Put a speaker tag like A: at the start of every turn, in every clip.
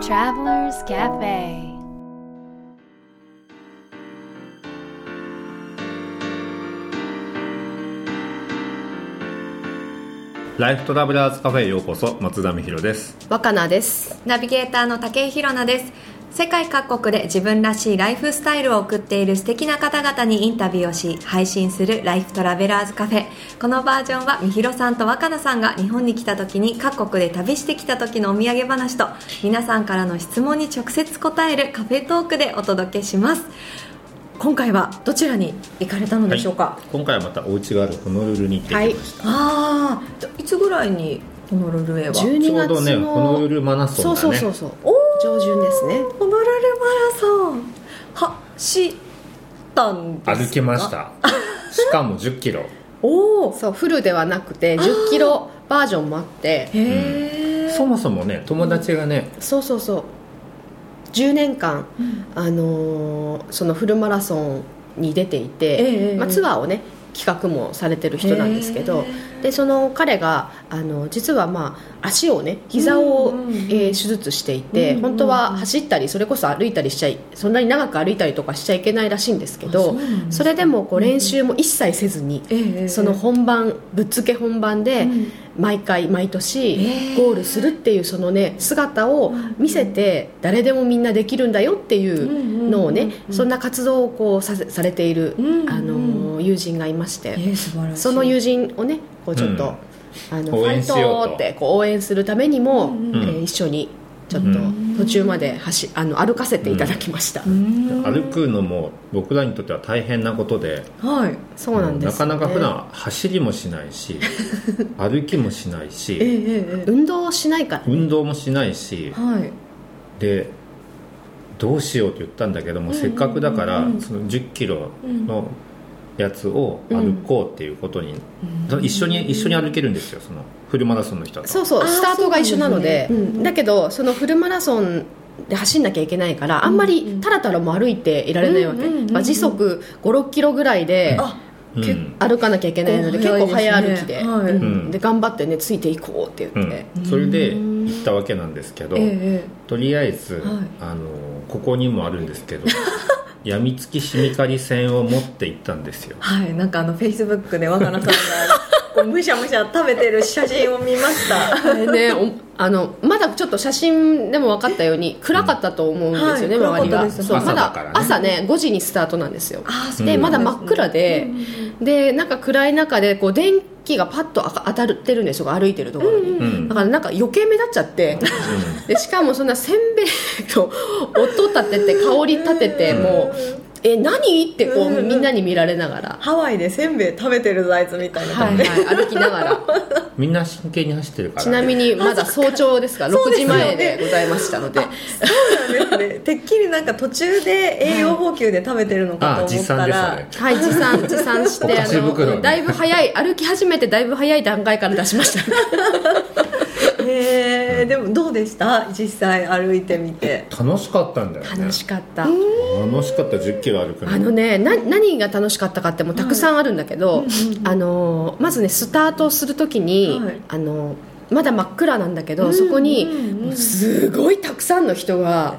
A: Travelers Cafe
B: ライフトラベラーズカフェへようこそ松田美弘です
C: 若菜です
D: ナビゲーターの竹井宏奈です。世界各国で自分らしいライフスタイルを送っている素敵な方々にインタビューをし、配信するライフトラベラーズカフェ。このバージョンは、みひろさんと若菜さんが日本に来た時に各国で旅してきた時のお土産話と、皆さんからの質問に直接答えるカフェトークでお届けします。今回はどちらに行かれたのでしょうか、
B: はい今回はまたお家があるホノルルに行ってきました、
D: ああ、いつぐらいにこのルルエは
B: ち
C: 12
B: ょう
C: 月
B: ど
C: の
B: ねホノルルマラソ
C: そ
B: ン
C: うそ
B: が
C: う
B: ね
C: そうそう
D: おー
C: 上旬ですね
D: ホノルルマラソン走ったんですか
B: 歩きま したしかも1 0キロ
D: おお
C: そうフルではなくて1 0キロバージョンもあって
D: へえ、
B: そもそもね友達がね、
C: そうそうそう10年間、あのーそのフルマラソンに出ていて、
D: ええ
C: まあ、ツアーをね企画もされてる人なんですけ
D: へ
C: ど、
D: ー
C: でその彼があの実はまあ足をね膝を、
D: うんうんうん
C: えー手術していて、
D: うんうん
C: 本当は走ったりそれこそ歩いたりしちゃいそんなに長く歩いたりとかしちゃいけないらしいんですけ
D: あそうな
C: ど
D: んですね
C: それでもこう練習も一切せずに、
D: ええ
C: その本番ぶっつけ本番
D: う
C: で、
D: ん
C: 毎回毎
D: え
C: 年
D: ー
C: ゴールするっていうそのね姿を見せて誰でもみんなできるんだよっていうのを
D: うん
C: ね
D: うんうんうん
C: そんな活動をこうさせされている
D: うんうんうん
C: あのー友人がいまし
D: え
C: て
D: ー、素晴らしい
C: その友人をねこうちょっとあのフ
B: 応
C: ァ
B: 援
C: イ
B: しようと
C: トってこう応援するためにも
D: うん
B: うん
C: えー一緒にちょっと
D: うん
C: 途中まで走あの歩かせていただきました
D: うん
B: 歩くのも僕らにとっては大変なことで
D: はい
C: そうなんですよね
B: なかなか普段走りもしない し歩きもしない
D: ええ
B: し
D: ええ
C: 運動をしないから
B: 運動もしないし
D: はい
B: でどうしようって言ったんだけども、
D: うん
B: せっかくだから、
D: うん
B: その1 0キロのやつを歩こうっていうことに、その一緒に一緒に歩けるんですよそのフルマラソンの人と
C: そうそ
D: あ
C: う
D: ー
C: スタートが一緒なので
D: そうなんですね
C: うんだけどそのフルマラソンで走んなきゃいけないからあんま
D: うんう
C: り
D: ん
C: たらたらも歩いていられないわけ、
D: うんうんうんうん
C: まあ、時速56キロぐらいで
D: あ
B: うん
D: 結
C: 歩かなきゃいけないので結
D: 結
C: 構
D: 構
C: 早
D: 早い
C: 歩
D: で
C: き
D: すね
C: で,、
D: はい
C: うんで頑張ってねついていこうって
B: う
C: 言って、
B: ん、それで行ったわけなんですけど、
D: ええ
B: とりあえず、
D: はい
B: あのここにもあるんです けどやみつきしみかり線を持って行ったんですよ
D: はいなんかあのフェイスブックで若 菜さんがこうむしゃむしゃ食べてる写真を見ました
C: あれねおあのまだちょっと写真でも分かったように暗かったと思うんですよね、
D: うんはい暗か
C: 周り
D: った
C: が
D: です
C: そうま
B: 朝だからね
C: だ朝ね5時にスタートなんですよ
D: あ
B: そう
C: で
B: うん
C: まだ真っ暗で、でなんか暗い中でこう電気がパッと当たってるんですよ歩いてるところに、
B: うん
C: だからなんか余計目立っちゃってでしかもそんなせんべいと音立てて香り立ててもう「え何?」ってこうみんなに見られながら、
D: ハワイでせんべい食べてるあいつみたいな
C: はい
D: 感じ、
C: はい、歩きながら
B: みんな真剣に走ってるから
C: ちなみにまだ早朝ですが6時前でございましたので
D: そうなんですねてっきりなんか途中で栄養補給で食べてるのか
B: あ
D: と
B: 持
D: 思った
B: 参です
D: ら、
B: よね
C: はい持参持 参し
B: お
C: て
B: 菓子袋ね
C: だいぶ早い歩き始めてだいぶ早い段階から出しました
D: へえでもどうでした実際歩いてみて
B: 楽しかったんだよね
C: 楽しかった
B: 楽しかった1 0キロ歩く
C: あのねな何が楽しかったかってもうたくさんあるんだけど、あのーまずねスタートするときに、
D: はい
C: あのーまだ真っ暗なんだけど、
D: うん
C: そこに、
D: うんうん
C: もうすごいたくさんの人が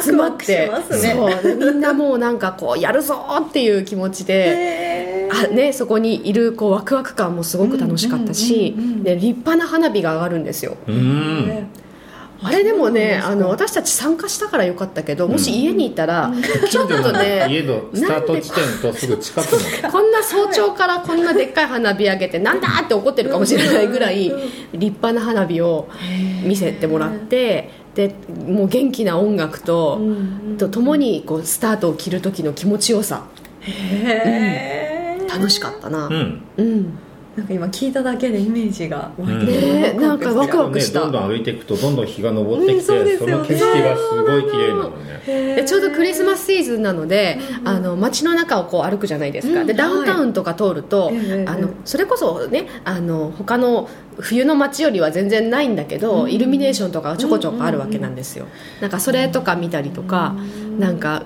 C: 集まって
D: ワクワクしますね
C: そうみんなもうなんかこうやるぞーっていう気持ちで。
D: へ
C: あね、そこにいるこうワクワク感もすごく楽しかったし、
D: うんうんうんうん
C: ね、立派な花火が上がるんですよ
B: うん
C: あれでも
D: そうなん
C: ね
D: ですか
C: あの私たち参加したからよかったけどもし家にいたら、ち
B: 近
C: ょっ
B: 所の
C: とね
B: 家のスタート地点とすぐ近くの
C: こんな早朝からこんなでっかい花火上げてなんだって怒ってるかもしれないぐらい立派な花火を見せてもらってでもう元気な音楽とと共にこうスタートを切る時の気持ちよさ
D: え、
C: 楽しかったな
B: うん
C: うん
D: なんか今聞いただけでイメージが湧いてきて
C: ねえなんかワクワク
B: ね
C: し
B: ど
C: た
B: んどん歩いていくとどんどん日が昇ってきて、
D: うんそうです
B: そ
D: よね
B: の景色がすごい綺麗なのね
C: でちょうどクリスマスシーズンなので、あの街の中をこう歩くじゃないですか、
D: うん
C: でダウンタウンとか通ると、
D: いええ
C: あ
D: え
C: のそれこそねあの他の冬の街よりは全然ないんだけど、イルミネーションとかがちょこちょこあるわけなんですよ、なんかそれとか見たりとか、なんか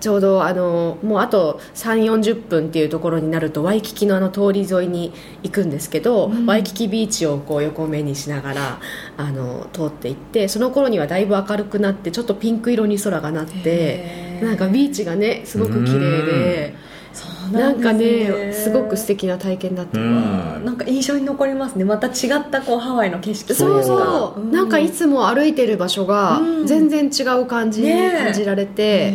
C: ちょうどあのもうあと3 4 0分っていうところになるとワイキキのあの通り沿いに行くんですけど、ワイキキビーチをこう横目にしながらあの通っていってその頃にはだいぶ明るくなってちょっとピンク色に空がなってなんかビーチがねすごく綺麗で
D: そう
C: なんか
D: です
C: ねすごく素敵な体験だった
B: う。
D: うんなんか印象に残りますねまた違ったこうハワイの景色
C: そう
B: そう
C: そう、
D: うん
C: なんかいつも歩いてる場所が
D: うん
C: 全然違う感じに
D: ねえ
C: 感じられて、
D: へ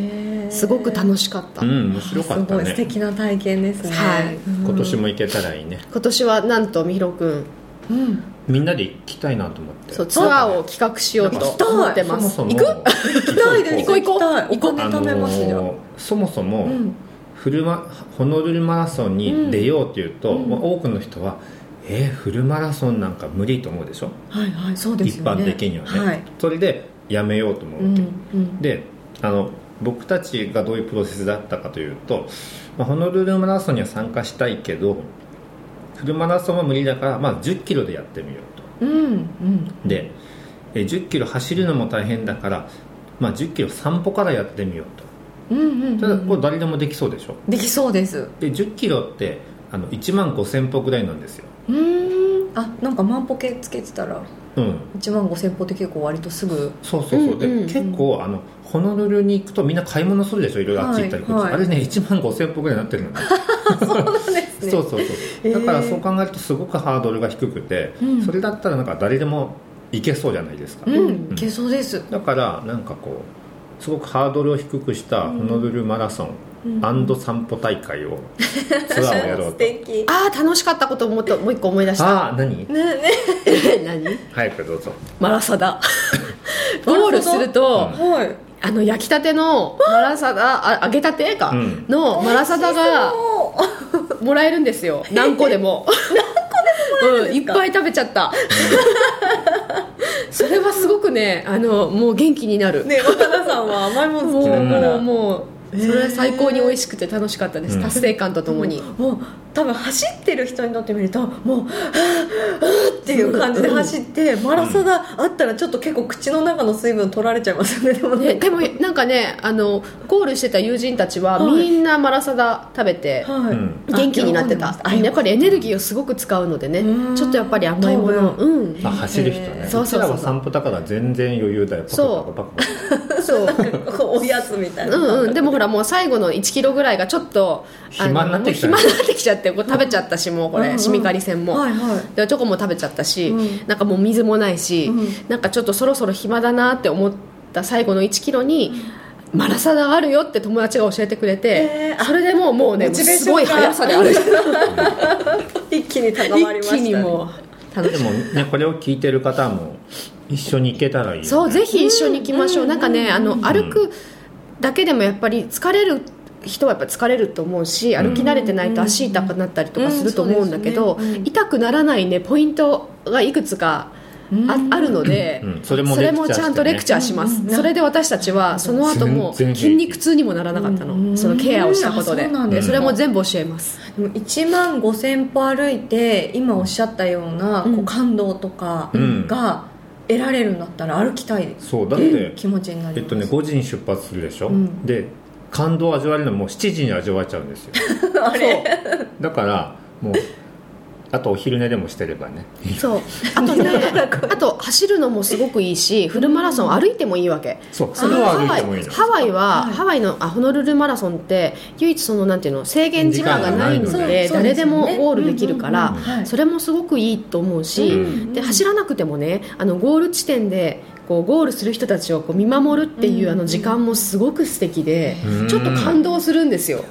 D: ー
C: すごく楽しかっ
B: う
C: た、
B: ん面白か
D: す
B: った
D: ごい
B: ね
D: 素敵な体験ですね、
C: はい
D: うん
B: 今年も行けたらいいね
C: 今年はなんとみひろくん
D: うん
B: みんなで行きたいなと思って
C: そうツアーを企画しようと
D: きたい
C: 思ってます
B: そも
C: 行
B: そも
C: く
B: 行
D: 行きたいです
C: 行こう行こう
D: 行こうお金
B: あの
D: 貯めますよ、
B: ーそもそも、
D: うん
B: フルマホノルルマラソンに出ようっていうと、まあ多くの人はえーフルマラソンなんか無理と思うでしょ
D: はいはいそうで
B: 一
D: すよね
B: 般的にはね、
D: はい
B: それでやめようと思う
D: う
B: わ
D: ん
B: け、
D: うん
B: であの僕たちがどういうプロセスだったかというと、まあ、ホノルルマラソンには参加したいけどフルマラソンは無理だから、まあ、1 0キロでやってみようと
D: うんうん
B: で1 0キロ走るのも大変だから、まあ、1 0キロ散歩からやってみようと
D: うんうん
B: た
D: う
B: だ
D: ん
B: これ誰でもできそうでしょ
D: できそうです
B: で1 0キロってあの1万5000歩ぐらいなんですよ
D: うんあなんか万歩計つけてたら
B: うん
D: 1万5000歩って結構割と すぐ
B: そうそうそう、
C: うんうんうん
B: で結構あのホノルルに行くとみんな買い物するでしょいろいろあっち行ったりこっち、
D: はいはい
B: あれね1万5000歩ぐらいになってるのね
D: そうです
B: そうそうそうだからそう考えるとすごくハードルが低くて、
D: うん
B: それだったらなんか誰でも行けそうじゃないですか、
D: うんいけそうです
B: だからなんかこうすごくハードルを低くしたホノルルマラソン、散歩大会 をツアーをやろうと
D: 敵
C: ああ楽しかったことをもっともう一個思い出した
B: ああ何
D: ねね
C: 何
B: 早くどうぞ
C: マラサ ダゴールすると、
D: はい
C: あの焼きたてのマラサダあ揚げたてか、
B: うん
C: のマラサダがもらえるんで すよ何個でも何個でもうん、いっぱい食べちゃった それはすごくねあのもう元気になる、
D: ね若田さんは甘いもの
C: も
D: 好き
C: う
D: だか
C: もう
D: らも
C: もうそれは最高に美味しくて楽しかったです、
B: うん
C: 達成感とともに、
D: うもう多分走ってる人にとってみるともう「はあはあ」っていう感じで走ってマラサダあったらちょっと結構口の中の水分取られちゃいますよねでも
C: ね、
D: ね
C: でもなんかねあのゴールしてた友人たちは、
D: はい
C: みんなマラサダ食べて、
D: はい、
B: うん
C: 元気になってた
D: あ
C: やっぱりエネルギーをすごく使うのでね
D: うん
C: ちょっとやっぱり甘いもの
D: 糖
C: うん
B: あ走る人ね
C: そうそうそう
B: ちらは散歩だから全然余裕だよパ
C: そう
B: コパコパコパコ
C: そう
D: こうおやつみたいな
C: うんうん、でもほらもう最後の1キロぐらいがちょっとあの
B: 暇になってきたね
C: もう暇になってきちゃってこう食べちゃったしもうこ
D: うんう
C: れ
D: ん
C: シミカリ戦も、
D: はいはい
C: でチョコも食べちゃったし、
D: うん
C: なんかもう水もないし、
D: うん
C: なんかちょっとそろそろ暇だなって思った最後の1キロに、マラサダあるよって友達が教えてくれて
D: へー
C: それでもうもうね
D: モチベー
C: す
D: ション
C: ご
D: が
C: い速さで歩いて
D: 一気に高まりまし
C: 一
D: た、
C: 気にもう楽
B: で
C: し
B: もねこれを聞いてる方も一緒に行けたらいいよね
C: そうぜひ一緒に行きましょう、なんかねあの歩くだけでもやっぱり疲れる人はやっぱ疲れると思うし歩き慣れてないと足痛くなったりとかすると思うんだけど、
D: うんうんうんそうですねうん
C: 痛くならないねポイントがいくつかあ,、
D: うん
C: あるので、
B: うんそれも
C: そ
B: レ
C: れ
B: クチャーし
C: も
B: てね
C: ちゃんとレクチャーします、
D: うんうん
C: それで私たちはその後も
B: 全然平気
C: 筋肉痛にもならなかったの、
D: うん
C: そのケアをしたこと
D: あ
C: で,、
D: そうなん
B: で
C: です
B: ね
C: それも全部教えます
D: でも1万5000歩歩いて今おっしゃったようなこ
C: う
D: うん感動とか
B: うん
D: が得られるんだったら歩きたい
B: そうだって
D: 気持ちにな
B: え
D: り
B: っ
D: ま
B: と
D: す、
B: ね5時に出発するでしょ、
D: うん
B: で感動を味わえるのもう7時に味わえちゃうんですよ
D: あれ
B: だからもうあとお昼寝でもしてればね
C: そう あとねあと走るのもすごくいいしフルマラソン歩いてもいいわけ
B: そうそれは歩いてもいいの
C: ハワイハワイは、
D: はい
C: ハワイのあホノルルマラソンって唯一そのなんていうの制限時間がないの
B: 時間が
C: で
B: ない
D: ので
C: 誰で
D: そう
C: も
D: ですよね
C: ゴールできるから、
D: うんうんうんはい
C: それもすごくいいと思うし、
B: うん
C: で走らなくてもねあのゴール地点でこうゴールする人たちをこう見守るっていう、
D: うん
C: あの時間もすごく素敵で、
B: うん
C: ちょっと感動するんですよ。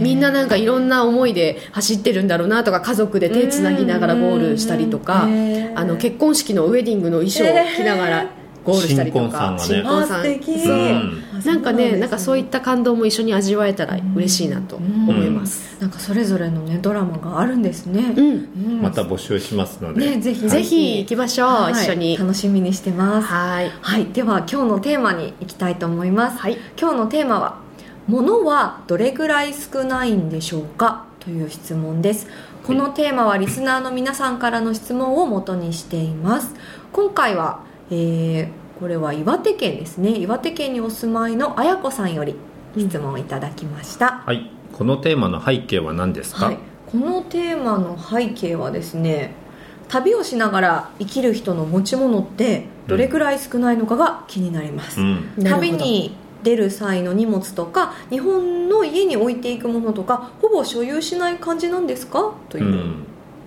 C: みんななんかいろんな思いで走ってるんだろうなとか家族で手つなぎながらゴールしたりとか、
D: うんへー
C: あの結婚式のウェディングの衣装を着ながらゴールしたりとか
B: 新
D: あ
B: 婚
D: ー素敵
C: そう
B: うん
C: なんかねなんかそうい
D: っ
C: った感動も一緒に味わえたら嬉しいなと思います、
D: たなんかそれぞれのねドラマがあるんですね、
C: うん
D: うん
B: また募集しますので、
D: ねぜひ
C: ぜひ行きましょう、
D: はい
C: 一緒に
D: 楽しみにしてます
C: はい
D: はい、では今日のテーマに行きたいと思います、
C: はい
D: 今日のテーマは「物はどれぐらい少ないんでしょうか?」という質問ですこのテーマはリスナーの皆さんからの質問を元にしています今回は、えーこれは岩手県ですね岩手県にお住まいのあやこさんより質問いただきました、
B: はいこのテーマの背景は何ですか、
D: はい、このテーマの背景はですね旅をしながら生きる人の持ち物ってどれくらい少ないのかが気になります、
B: うん
C: なるほど
D: 旅に出る際の荷物とか日本の家に置いていくものとかほぼ所有しない感じなんですかと
B: う
D: いうん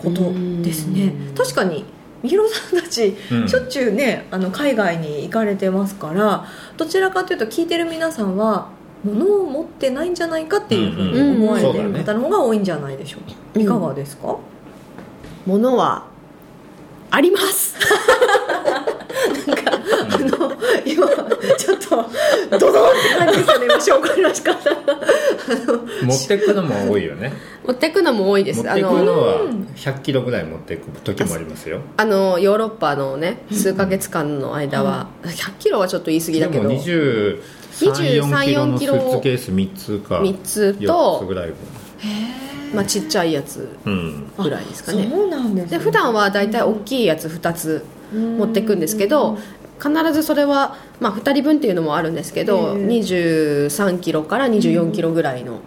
D: ことですね、
C: うん
D: 確かにみひろさんたち
B: うん
D: しょっちゅうねあの海外に行かれてますからどちらかというと聞いてる皆さんは物を持ってないんじゃないかっていうふうに思われている方の方が多いんじゃないでしょうか、
C: うん
D: いかがですか、
C: ものはあります
D: あの今ちょっとドドンって感じですよね今紹介の仕方
B: 持ってくのも多いよね
C: 持ってくのも多いで
B: 持
C: す
B: って
C: あ
B: く
C: の
B: のは
D: うん
B: 100キロぐらい持ってく時もありますよ
C: あのヨーロッパのね数ヶ月間の間は、100キロはちょっと言い過ぎ
B: で
C: だけど
B: も23 4キロのスーツケース3つか
C: 3つ
B: 4つぐ
C: と、
B: らい
C: まあ、ちっちゃいやつ
B: うん
C: ぐらいですかね
D: そうなんです、
C: で普段は大体大きいやつ2つ持
D: 持
C: っていくんですけど必ずそれは、まあ、2人分っていうのもあるんですけど
D: ええ
C: 2 3キロから2 4キロぐらいの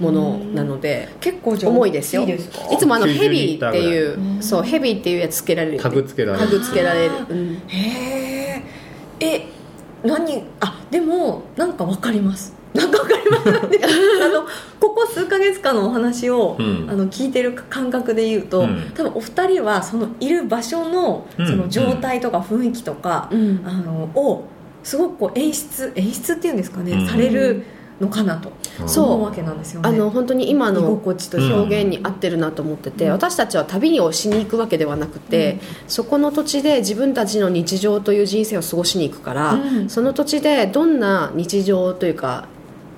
C: ものなので
D: 結構じゃあ
C: 重いですよ
D: いですか
C: いつもあの
B: 90
C: ヘビーってい
B: リッター
D: ぐらいううん
C: そうヘビーっていうやつつけられる
B: タグつけられ
C: タ
B: る
C: グつけられる
D: あー
C: うん
D: へーえ何あでもなんかわかりますなんかわかりますあのここ数ヶ月間のお話を、
B: うん
D: あの聞いてる感覚で言うと、
B: うん
D: 多分お二人はそのいる場所の
B: うん
D: その状態とか雰囲気とか、
C: うん
D: あのをすごくこう演出演出っていうんですかね、
B: うん
D: されるのかなと
C: そう
D: 思うわけなんですよね
C: あの本当に今
D: 居
C: の
D: 心地と
B: うん
C: 表現に合ってるなと思ってて、
D: うん
C: 私たちは旅をしに行くわけではなくて、そこの土地で自分たちの日常という人生を過ごしに行くから、
D: うん
C: その土地でどんな日常というか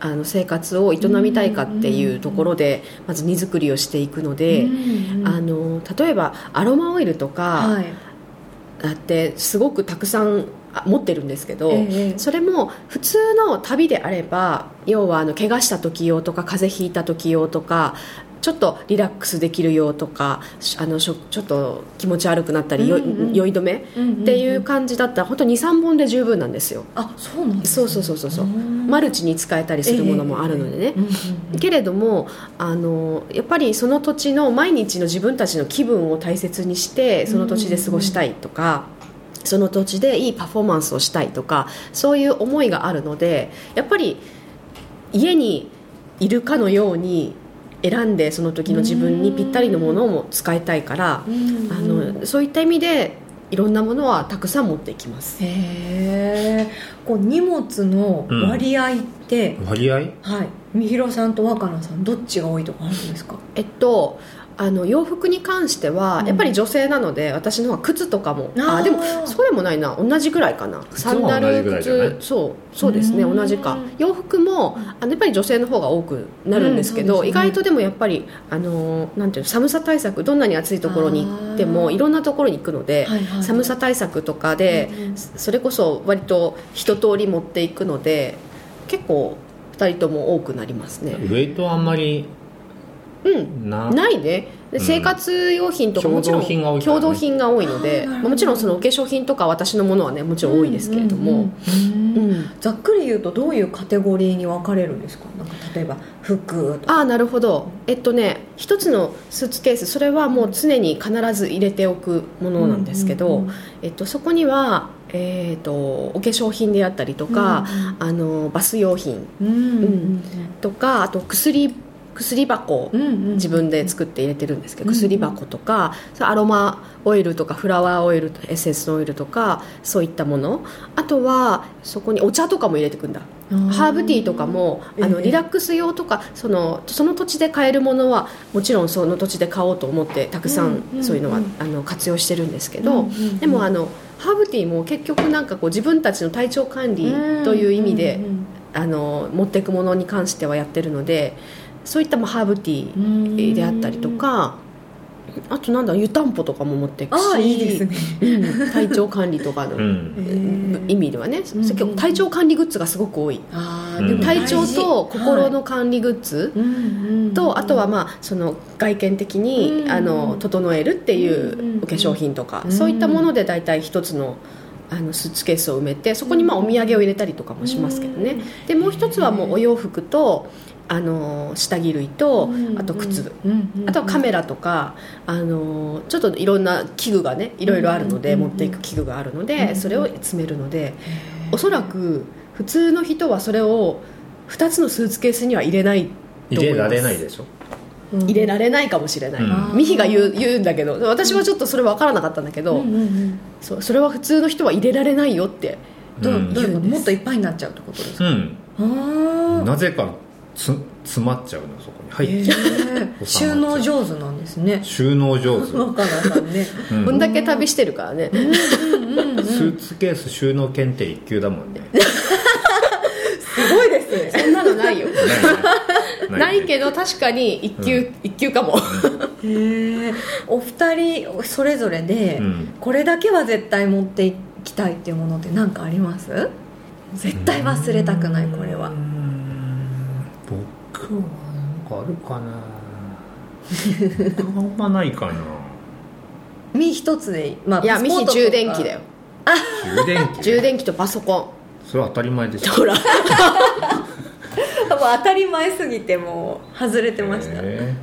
C: あの生活を営みたいかっていうところで、まず荷造りをしていくので、
D: うん
C: あの例えばアロマオイルとか
D: はい
C: だってすごくたくさんあ持ってるんですけど。
D: ええ
C: それも普通の旅であれば要はあの怪我した時用とか風邪ひいた時用とかちょっとリラックスできる用とかしあのしょちょっと気持ち悪くなったりよ,、
D: うんうん
C: 酔い止め
D: うんうんうん
C: っていう感じだったら本当23本で十分なんですよ
D: あそうなんです
C: そ
D: ね
C: うそうそうそうそう
D: うん
C: マルチに使えたりするものもあるのでね、
D: うんうんうん
C: けれどもあのやっぱりその土地の毎日の自分たちの気分を大切にしてその土地で過ごしたいとか、その土地でいいパフォーマンスをしたいとかそういう思いがあるのでやっぱり家にいるかのように選んでその時の自分にぴったりのものも使いたいから、
D: うん
C: あ
D: うん
C: のそういった意味でいろんなものはたくさん持っていきます。
D: へえこう荷物の割合って、
B: 割合
D: はいみひろさんと若菜さんどっちが多いとかあるんですか
C: えっとあの洋服に関しては
D: うん
C: やっぱり女性なので、私の方は靴とかも
D: あ
C: あ
D: ー
C: でもそうでもないな同じぐらいかな
B: 靴は
C: サンダル
B: 同じぐらいじゃない
C: 靴そうそうですね
D: うん
C: 同じか洋服もあのやっぱり女性の方が多くなるんですけど、
D: うんそうですね
C: 意外とでもやっぱりあのーなんていうの寒さ対策どんなに暑いところに行って
D: あ
C: も
D: ー
C: いろんなところに行くので、
D: はいはい
C: 寒さ対策とかで、
D: うんうん
C: それこそ割と一通り持っていくので結構2人とも多くなりますね。
B: ウェイトはあんまり
C: うん
B: な
C: ないね
B: うん
C: で生活用品とかもちろん
B: 共同品が多いからね
C: 共同品が多いので
D: あーなるほど
C: まあもちろんそのお化粧品とか私のものはねもちろん多いですけれども
D: うんうんう
C: う
D: ん
C: ん
D: ざっくり言うとどういうカテゴリーに分かれるんですかなんか例えば服とか
C: ああなるほどえっとね一つのスーツケースそれはもう常に必ず入れておくものなんですけど、
D: うんうんうん
C: えっと、そこには、えー、とお化粧品であったりとか、あのバス用品
D: うんうん
C: とかあと薬薬箱
D: うんうん
C: 自分で作って入れてるんですけど、
D: うん
C: 薬箱とかそうアロマオイルとかフラワーオイルとエッセンスオイルとかそういったものあとはそこにお茶とかも入れてくんだハーブティーとかもあの
D: ええ
C: リラックス用とかそのその土地で買えるものはもちろんその土地で買おうと思ってたくさ
D: うん
C: ん
D: うんうん
C: そういうのはあの活用してるんですけど、
D: うんうんうん
C: でもあのハーブティーも結局なんかこう自分たちの体調管理という意味で、あの持っていくものに関してはやってるのでそういったまあハーブティー
D: で
C: であったりとか、あとなんだ湯たんぽとかも持っていくし
D: ああいいですね
C: うん体調管理とかの、
B: うん
C: 意味ではね、
D: んうん
C: 結構体調管理グッズがすごく多い
D: あ
B: ーでもうん
C: 体調と心の管理グッズ、とあとはまあその外見的に、
D: うん
C: あの整えるってい
D: うんうんうん
C: うお化粧品とか、
D: うん
C: そういったもので大体一つのあのスーツケースを埋めてそこにまあお土産を入れたりとかもしますけどね、でもう一つはもうお洋服とあの下着類と、あと靴、あとはカメラとか、あのちょっといろんな器具がねいろいろあるので、
D: うんうんうん
C: 持っていく器具があるので、
D: うんうん
C: それを詰めるので、おそらく普通の人はそれを2つのスーツケースには入れない
B: 入れられないでしょ
C: 入れられないかもしれない、
B: うん
C: ミヒが言う言うんだけど私はちょっとそれ分からなかったんだけど、そうそれは普通の人は入れられないよって
D: ど
B: う
D: うんどういうこともっといっぱいになっちゃうってことですか
B: うん
D: あ
B: なぜかつ詰まっちゃうのそこに
D: あ
B: 入っちゃう、
D: 収納上手なんですね
B: 収納上 手、
D: 若菜さん ね
B: うん
C: こんだけ旅してるからね、
B: スーツケース収納検定1級だも んね
D: すごいですね
C: そんなのないよ
B: ないね
C: ないけど確かに一級、一級かも
D: へえお二人それぞれで、
B: うん
D: これだけは絶対持っていきたいっていうものって何かあります絶対忘れたくないこれは
B: 僕はなんかあるかな僕はあんまないか な
D: 身一つでまあ
C: いや
D: パス
C: ミ
D: ポート
C: ヒ
D: とか
C: 充電 器だよ
B: 充電器
C: 充電器とパソコ
B: それは当たり前でし
C: ン
B: ょ
C: ほら
D: 多分当たり前すぎてもう外れてました、
B: へ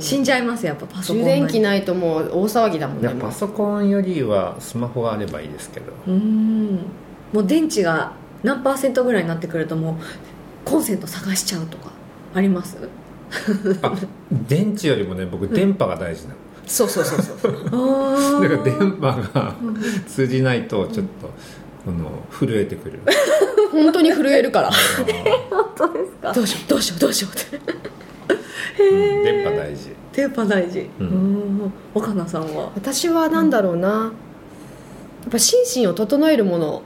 D: 死んじゃいますやっぱパソコン
C: 充電器ないともう大騒ぎだもん
B: ーい
C: ね
B: やパソコンよりはスマホがあればいいですけど
D: うーんもう電池が何パーセントぐらいになってくるともうコンセント探しちゃうとかあります
B: あ電池よりもね僕電波が大事なの
C: そうそうそうそう
D: あー
B: だから電波が通じないとちょっとこの震えてくる
C: 本当に震えるから
B: あー
D: 本当ですか
C: どうしようどうしようどうしようって
B: うん電波大事
D: 電波大事
B: う
D: う
B: ん
D: ん若菜さんは
C: 私は何だろうな、やっぱ心身を整えるもの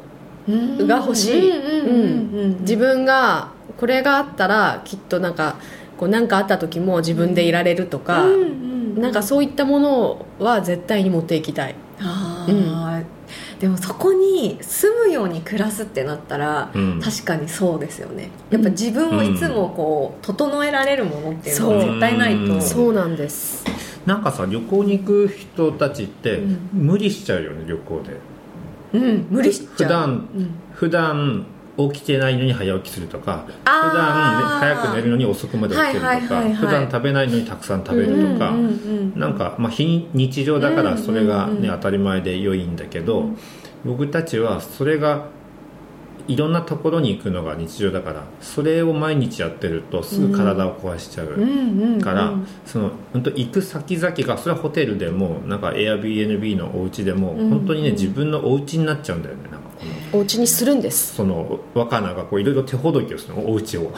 C: が欲しい
D: うんうんうんうん
C: 自分がこれがあったらきっとなんかこうなんかあった時も自分でいられるとか、
D: うんうん
C: なんかそういったものは絶対に持っていきたい
D: あーでもそこに住むように暮らすってなったら、
B: うん
D: 確かにそうですよねやっぱ自分をいつもこう整えられるものっていうの
C: そう
D: は絶対ないと
B: うん
C: そうなんです
B: なんかさ旅行に行く人たちって
D: うん
B: 無理しちゃうよね旅行で
D: うん無理しちゃ
B: 普
D: う
B: 段
D: うん
B: 普段起きてないのに早起きするとか普
D: あ
B: 段、ね、
D: ー
B: 早く寝るのに遅くまで起きるとか、
D: はいはいはいはい
B: 普段食べないのにたくさん食べるとか、
D: うんうんうん
B: なんか、まあ、非日常だか
D: うん
B: ら
D: うんうん
B: それが、ね当たり前で良いんだけど、僕たちはそれがいろんなところに行くのが日常だからそれを毎日やってるとすぐ体を壊しちゃう。
D: うんうんうん
B: から、その本当行く先々がそれはホテルでもなんか Airbnb のお家でも、
D: うん
B: 本当にね自分のお家になっちゃうんだよねなんかこの
C: お家にするんです
B: その若菜がこういろいろ手ほどきをするのお家 を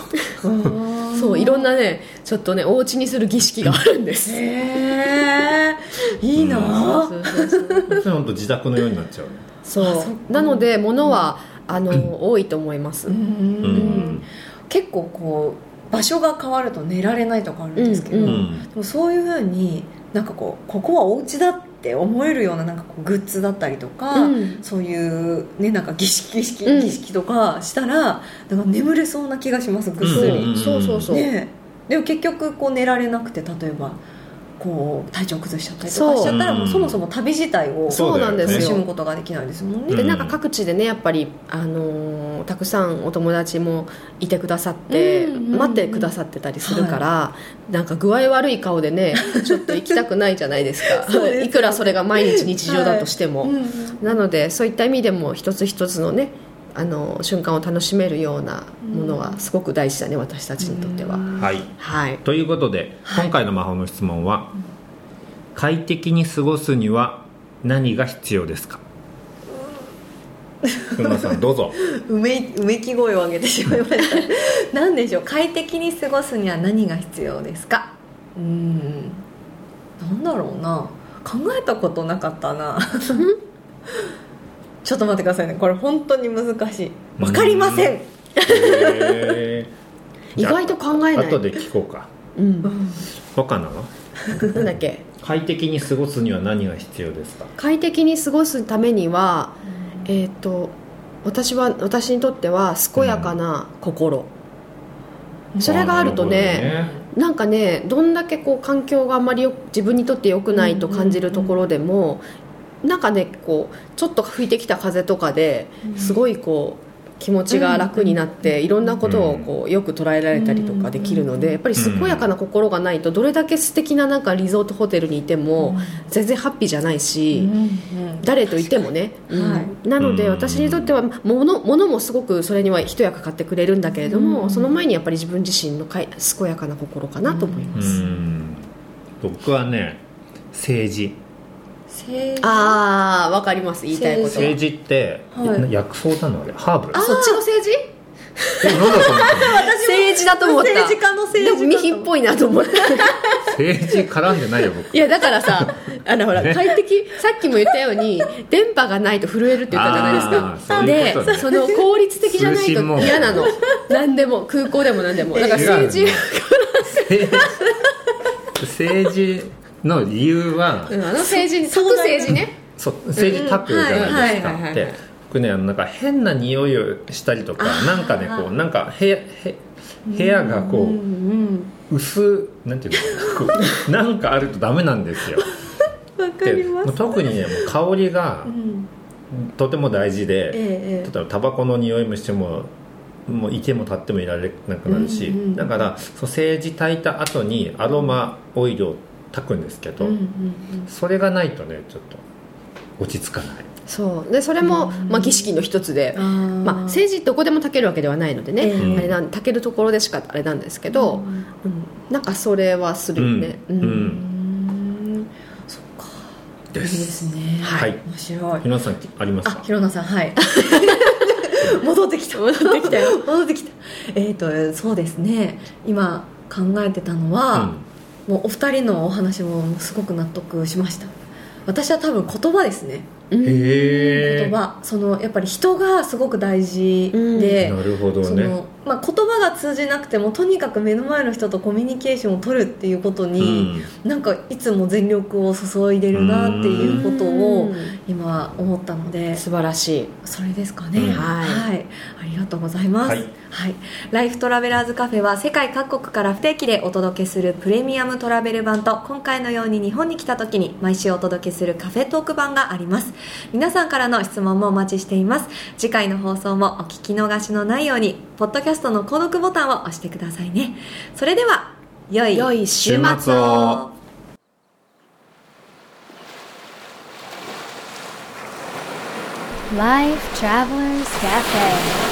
C: そういろんなねちょっとねお家にする儀式があるんです
D: へえいいな
C: そうそうそう
B: それ本当自宅のようになっちゃうね
C: そうなので物は、あ の多いと思います、
D: うんうん
B: うん
D: 結構こう場所が変わると寝られないとかあるんですけど、
C: うん
B: う
C: うん
B: ん
D: でもそういうふうになんかこうここはお家だって思えるようななんかこうグッズだったりとか、
C: うん
D: そういう、ね、なんか儀式儀式
C: うん
D: 儀式とかしたら、なんか眠れそうな気がしますぐっす
C: そう
D: り、
B: うん
C: そうそうそう、
D: ねえ、でも結局こう寝られなくて例えばこう体調崩しちゃったりとかしちゃった
B: そ
D: ら
B: う
D: もうそもそも旅自体を
B: そう
C: そうなんで
B: だ
C: す
D: 楽
B: よ
D: し
C: よ
D: むことができないですもんね、
C: で
B: うん
C: なんか各地でねやっぱり、あのーたくさんお友達もいてくださって、
D: うんうんうん
C: 待ってくださってたりするから、なんか具合悪い顔でねちょっと行きたくないじゃないですか
D: そうです
C: いくらそれが毎日日常だとしても、
D: うん
C: なのでそういった意味でも一つ一つのねあのー瞬間を楽しめるようなものはすごく大事だね私たちにとっては、
B: はい
C: はい
B: ということで、今回の魔法の質問は、快適に過ごすには何が必要ですか熊田さんど うぞ
D: うめいうめき声を上げてしまいました 何でしょう快適に過ごすには何が必要ですかうーんなんだろうな考えたことなかったな ちょっと待ってくださいねこれ本当に難しいわかりません
B: へー
C: 意外と考えない
B: 後で聞こうか
C: うん、
B: 若菜は
C: なんだっけ
B: 快適に過ごすには何が必要ですか
C: 快適に過ごすためには、えっ、と私は私にとっては健やかな心、それがあるとねなんかねどんだけこう環境があんまりよ自分にとって良くないと感じるところでも、なんかねこうちょっと吹いてきた風とかですごいこう気持ちが楽になっていろんなことをこうよく捉えられたりとかできるのでやっぱり健やかな心がないとどれだけ素敵ななんかリゾートホテルにいても全然ハッピーじゃないし誰といてもね、
D: はい
C: うんなので
B: うん
C: 私にとっては物物もすごくそれには一役買ってくれるんだけれどもその前にやっぱり自分自身のかい健やかな心かなと思います。
B: うん僕はね政治
D: せー
C: ああわかります言いたいことは
B: 政治って、
D: はい
B: 薬草なのあれハーブ
C: あそっちの政治
B: えなんだと思ったの
C: 政治だと思った
D: 政治家の
C: で
D: 政
C: も
D: 治
C: ミヒっぽいなと思った
B: 政治絡んでないよ僕
C: いやだか らさあのほら
B: ね
C: 快適さっきも言ったように電波がないと震えるって言ったじゃないです
B: あー
C: か
B: そういうことね
C: でその効率的じゃない
B: 通
C: と
B: 信も
C: 嫌なの何でも空港でも何でもだから政治
B: 違う政治政治の理由は、
C: うんあの政治各政治ね
B: そう政治タップじゃないです
C: うんうんはいはいはいは
B: か
C: い
B: で僕ねあのなんか変な匂いをしたりとかなんかねこうなんか部屋へ部屋がこう、
D: うん
B: 薄なんていうのかなこ うなんかあるとダメなんですよ
D: わか
B: で
D: ります
B: 特にねもう香りが
D: うん
B: とても大事で、
D: えええ
B: 例えばタバコの匂いもしてももういても立ってもいられなくなるし、
D: うんうん
B: だからその政治炊いた後にアロマオイルを炊くんですけ
D: え
B: ど、
D: うんうん
B: それがないとねちょっと落ち着かない
C: そうでそれも、まあ、儀式の一つで
D: う、ん
C: まあ、政治どこでも炊けるわけではないのでね、
D: え
B: え
C: あれなん炊けるところでしかあれなんですけど、うんなんかそれはするよね、
B: うん
C: う
B: うんん
D: うんそっかいい
B: で
D: ですすね
B: はい
D: 面白い
B: 皆さんあります
D: あ
B: か
D: ひろなさんはい 戻ってきた戻
C: ってきたよ
D: 戻ってきたえっ、とそうですね今考えてたのは、もうお二人のお話もすごく納得しました私は多分言葉ですね
B: うん、へ
D: 言
B: え
D: 葉そのやっぱり人がすごく大事で、
B: なるほど
D: そ
B: ね
D: のまあ、言葉が通じなくてもとにかく目の前の人とコミュニケーションを取るっていうこと
B: う
D: に、
B: ん
D: なんかいつも全力を注いでるなっていうこと
C: う
D: を
C: ん
D: 今思ったので
C: 素晴らしい
D: それですかね、
B: うん
C: はい
D: ありがとうございます、は
B: はいい
D: ライフトラベラーズカフェは世界各国から不定期でお届けするプレミアムトラベル版と今回のように日本に来た時に毎週お届けするカフェトーク版があります皆さんからの質問もお待ちしています次回の放送もお聞き逃しのないようにポッドキャストの購読ボタンを押してくださいねそれでは良い
C: 良い週
B: 末を
A: Life Travelers Cafe.